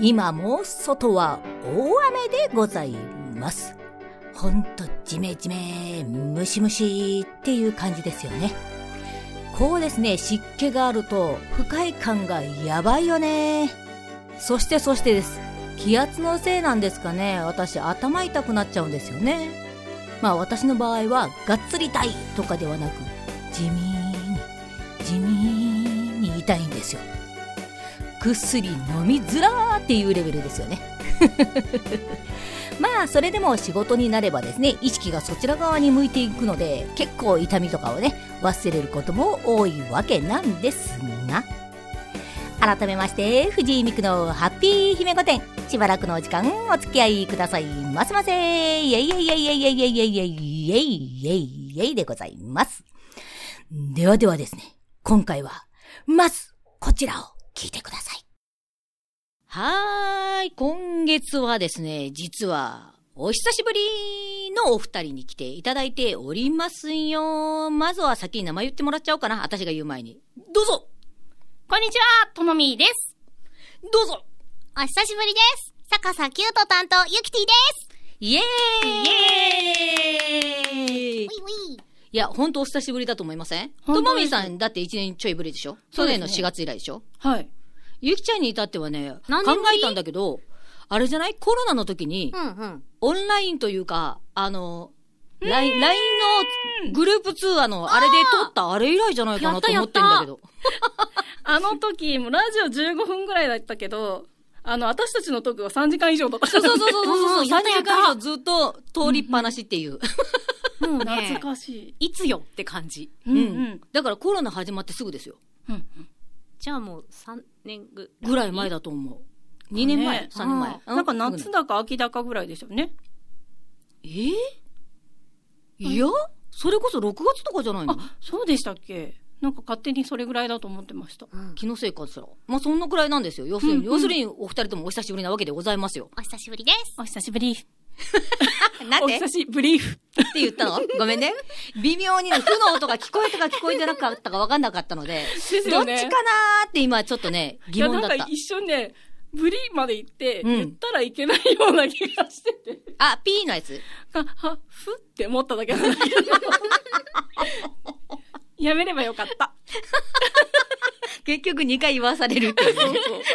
今も外は大雨でございます。ほんとジメジメ、ムシムシっていう感じですよね。こうですね、湿気があると不快感がやばいよね。そしてそしてです。気圧のせいなんですかね、私頭痛くなっちゃうんですよね。まあ私の場合は、がっつり痛いとかではなく、地味に、地味に痛いんですよ。薬飲みづらーっていうレベルですよね。まあそれでも仕事になればですね意識がそちら側に向いていくので結構痛みとかをね忘れることも多いわけなんですが改めまして藤井美久のハッピー姫御殿しばらくのお時間お付き合いくださいませませイェイイェイイェイイェイイェイイェイイェイイェイイェイでございますではではですね今回はまずこちらを聞いてくださいはーい、今月はですね、実は、お久しぶりのお二人に来ていただいておりますよ。まずは先に名前言ってもらっちゃおうかな。私が言う前に。どうぞこんにちは、ともみーです。どうぞお久しぶりです。逆さキュート担当、ゆきてぃです。イエーイいウィウィや、ほんとお久しぶりだと思いませんと本も当みですさんだって一年ちょいぶりでしょそ去うで年すねの4月以来でしょはい。ゆきちゃんに至ってはね、考何年ぶりえたんだけど、あれじゃないコロナの時に、うんうん。オンラインというか、あの、ライン LINE のグループ通話のあれで撮ったあれ以来じゃないかなと思ってんだけど。あの時、もうラジオ15分ぐらいだったけど、あの、私たちのトークは3時間以上とか。そうそうそうそうそう。うん3やっ時たやった間以上ずっと通りっぱなしっていう。もう懐ね、かしいつよって感じ。い。ううんん。だからコロナ始まってすぐですよ。うん。じゃあもう3年ぐぐらい前だと思う。2年前ね ?3 年前あうなんか夏だか秋だかぐらいでしたよね。えーいやそれこそ6月とかじゃないのあ、そうでしたっけなんか勝手にそれぐらいだと思ってました。うん。気のせいかしら。まあそんなくらいなんですよ。要するうんに、うん要するにお二人ともお久しぶりなわけでございますよ。お久しぶりです。お久しぶり。なんおで久しぶり。って言ったのごめんね。微妙にね、負の音が聞こえたか聞こえてなかったか分かんなかったので、すどっちよかなねーって今ちょっとね、い疑や、問だなんっかた。一瞬ね、ブリまで行って、うん言ったらいけないような気がしてて。あ、ピーのやつあ、は、ふって思っただけなんだけど。やめればよかった。結局2回言わされるっていう そう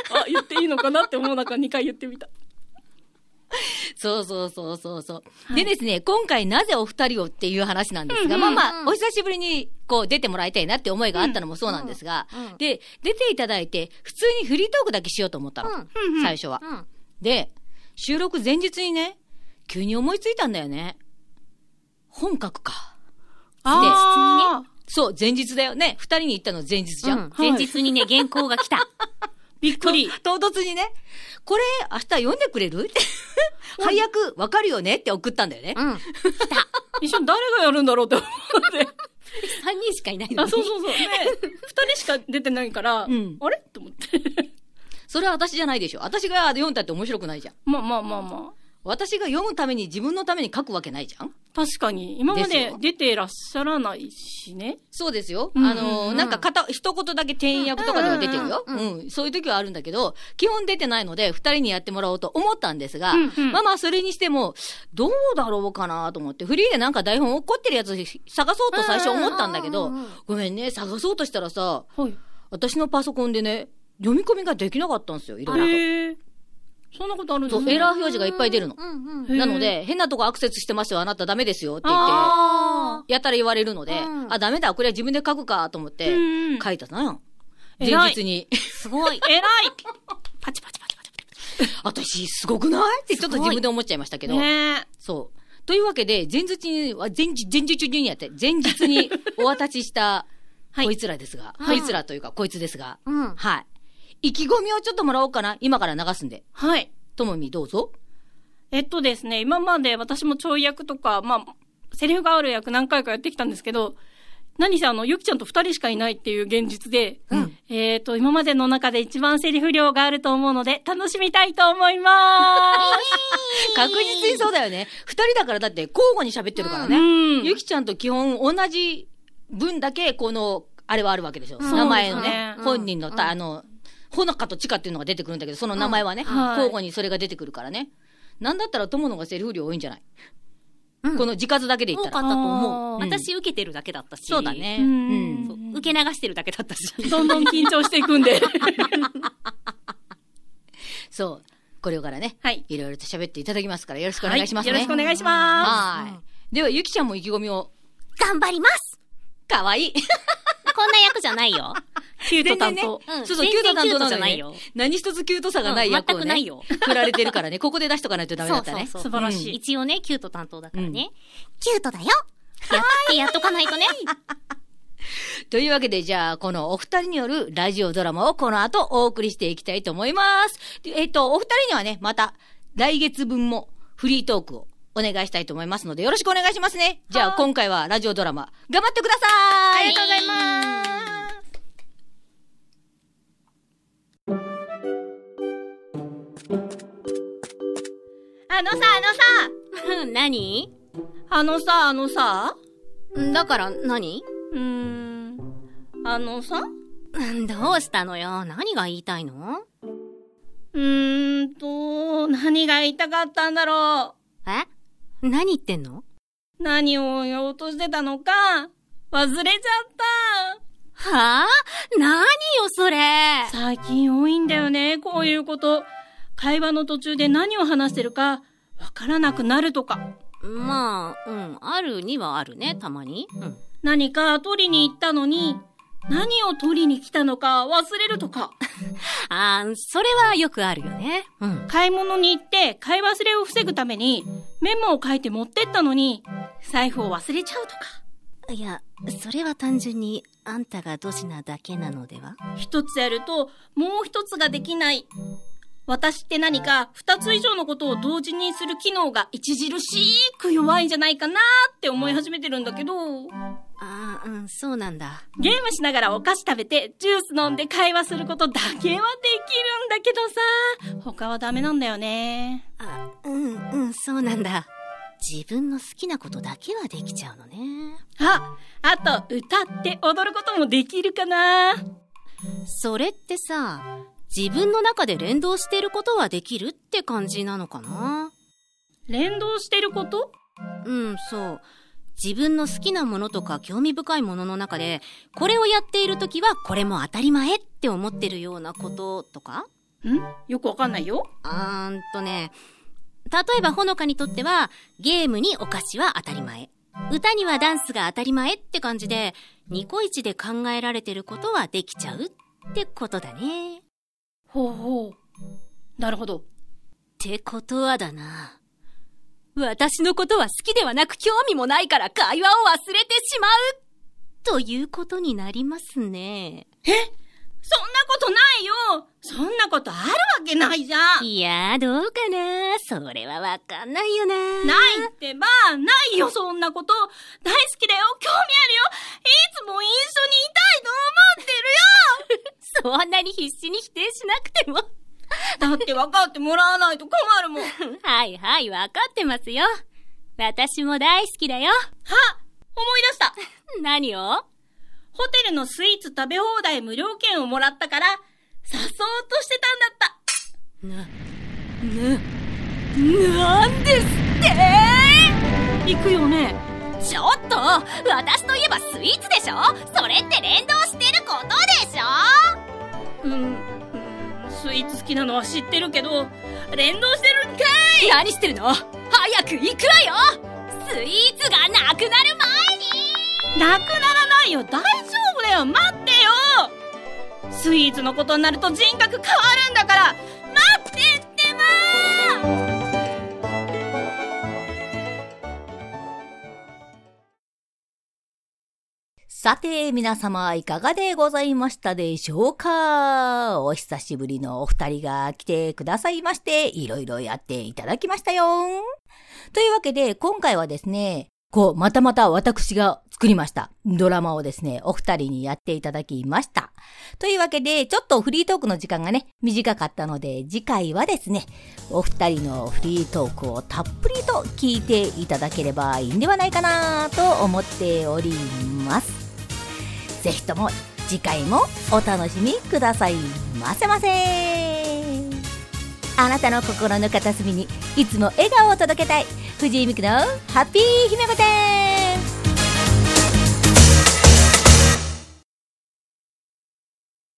そう。あ、言っていいのかなって思う中2回言ってみた。そうそうそうそうそう。でですね、今回なぜお二人をっていう話なんですが、うんうんまあまあ、お久しぶりにこう出てもらいたいなって思いがあったのもそうなんですが、うんうんで、出ていただいて、普通にフリートークだけしようと思ったの。うん最初は。うん。で、収録前日にね、急に思いついたんだよね。本書くか。ああ、そう、前日だよね。二人に行ったの前日じゃん。前日にね、原稿が来た。びっくり。唐突にね、これ明日読んでくれるって早くわかるよねって送ったんだよね。うん。3一緒に誰がやるんだろうって思って。人しかいないあ、そうそうそう。ね、 二人しか出てないから、うんあれと思って。それは私じゃないでしょ。私が読んだって面白くないじゃん。 まあまあまあまあ。私が読むために自分のために書くわけないじゃん。確かに、今まですでよ出てらっしゃらないしね。そうですよ。うんうんあの、なんか片、一言だけ転訳とかでは出てるよ。ううんんうんうんそういう時はあるんだけど、基本出てないので、二人にやってもらおうと思ったんですが、うんうんまあまあ、それにしても、どうだろうかなと思って、フリーでなんか台本怒ってるやつ探そうと最初思ったんだけど、うんうんうんうんごめんね、探そうとしたらさ、はい。私のパソコンでね、読み込みができなかったんですよ、いろいろと。へえ。そんなことあるんですそうエラー表示がいっぱい出るのうんうん。へーなので、変なとこアクセスしてましたよ、あなたダメですよって言って、あやたら言われるので、うんあ、ダメだ、これは自分で書くかと思っうて、んうん。書いたなよ。前偉い日に。ー。すごい。偉いパチパチパチパチパ 私、すごくないってちょっと自分で思っちゃいましたけチ。ど。ねそう。というわけで、前日に、あ前日、前日中にやって、前日にお渡しした、はいこいつらですが、うんこいつらというか、こいつですが、うん。はい。意気込みをちょっともらおうかな。今から流すんで。はい。ともみどうぞ。えっとですね、今まで私もちょい役とか、まあ、セリフがある役何回かやってきたんですけど、何せあの、ゆきちゃんと二人しかいないっていう現実で、うんえっと、今までの中で一番セリフ量があると思うので、楽しみたいと思います。確実にそうだよね。二人だからだって交互に喋ってるから うね。ん。ゆきちゃんと基本同じ分だけ、この、あれはあるわけでしょ。うん名前のそうですねね。本人のた、うんあの、ほなかとちかっていうのが出てくるんだけど、その名前はね、うんはい交互にそれが出てくるからね。なんだったら友野がセリフ量多いんじゃない、うんこの字数だけで言っ多たかっら。たと思う。あー私受けてるだけだったし。そうだね。ううんん。そう。受け流してるだけだったし。どんどん緊張していくんで。そう。これからね、はい。いろいろと喋っていただきますから、よろしくお願いしますね。はいよろしくお願いしまはい。では、ゆきちゃんも意気込みを。頑張りますかわいい。こんな役じゃない よ。キュート担ね当。うんそうそう、キュ全ート然担当キュートじなゃのないよよ。何一つキュートさがない役をね。うん全くないよ振られてるからね、ここで出しとかないとダメだったね。そうそう素そう晴らうしい。一応ね、キュート担当だからね。キュートだよやってやっとかないとね。というわけで、じゃあ、このお二人によるラジオドラマをこの後お送りしていきたいと思います。でえっと、お二人にはね、また来月分もフリートークをお願いしたいと思いますので、よろしくお願いしますね。じゃあ、今回はラジオドラマ、頑張ってください。。ありがとうございますあのさ、あのさ 何あのさ、あのさ、だから何うーん、あのさ、うんどうしたのよ何が言いたいのうーんと、何が言いたかったんだろえ何言ってんのう。何を言おうとしてたのか、忘れちゃっはあ何よそれた。最近多いんだよね、こういうこと。会話の途中で何を話してるか、わからなくなるとか。まあ、うん、あるにはあるね、たまに。うん。何か取りに行ったのに、何を取りに来たのか忘れるとか。あーそれはよくあるよね。うん。買い物に行って買い忘れを防ぐためにメモを書いて持ってったのに財布を忘れちゃうとかいや、それは単純に、あんたがドジなだけなのでは一つやるともう一つができない私って何か二つ以上のことを同時にする機能が著しく弱いんじゃないかなって思い始めてるんだけどああ、うん、そうなんだ。ゲームしながらお菓子食べてジュース飲んで会話することだけはできるんだけどさ他はダメなんだよねあ、うん、うん、そうなんだ。自分の好きなことだけはできちゃうのね。ああと歌って踊ることもできるかなそれってさ、自分の中で連動してることはできるって感じなのかな連動してることうん、そう。自分の好きなものとか興味深いものの中で、これをやっているときはこれも当たり前って思ってるようなこととかんよくわかんないよ。あーんとね、例えばほのかにとっては、ゲームにお菓子は当たり前。歌にはダンスが当たり前って感じで、ニコイチで考えられてることはできちゃうってことだね。っほうほう。なるほど。てことはだな。私のことは好きではなく興味もないから会話を忘れてしまうということになりますね。そんなことないよそんなことあるわけないじゃんいやー、どうかなそれはわかんないよなないってば、ないよそんなこと大好きだよ興味あるよいつも一緒にいたいと思ってるよそんなに必死に否定しなくても。だって分かってもらわないと困る もんははいはい、わかってますよ。私も大好きだよ。思い出した何をホテルのスイーツ食べ放題無料券をもらったから、誘おうとしてたんだったな、な、なんですって行くよねちょっと私といえばスイーツでしょそれって連動してることでしょうん、スイーツ好きなのは知ってるけど、連動してるんか何してるの早く行くわよスイーツがなくなるなくならないよ大丈夫だよ待ってよスイーツのことになると人格変わるんだから待ってってばさて、皆様、いかがでございましたでしょうかお久しぶりのお二人が来てくださいまして、いろいろやっていただきましたよというわけで、今回はですね、こう、またまた私が作りました。ドラマをですね、お二人にやっていただきました。というわけで、ちょっとフリートークの時間がね、短かったので、次回はですね、お二人のフリートークをたっぷりと聞いていただければいいんではないかなと思っております。ぜひとも次回もお楽しみくださいませませあなたの心の片隅にいつも笑顔を届けたい藤井美久のハッピー姫御殿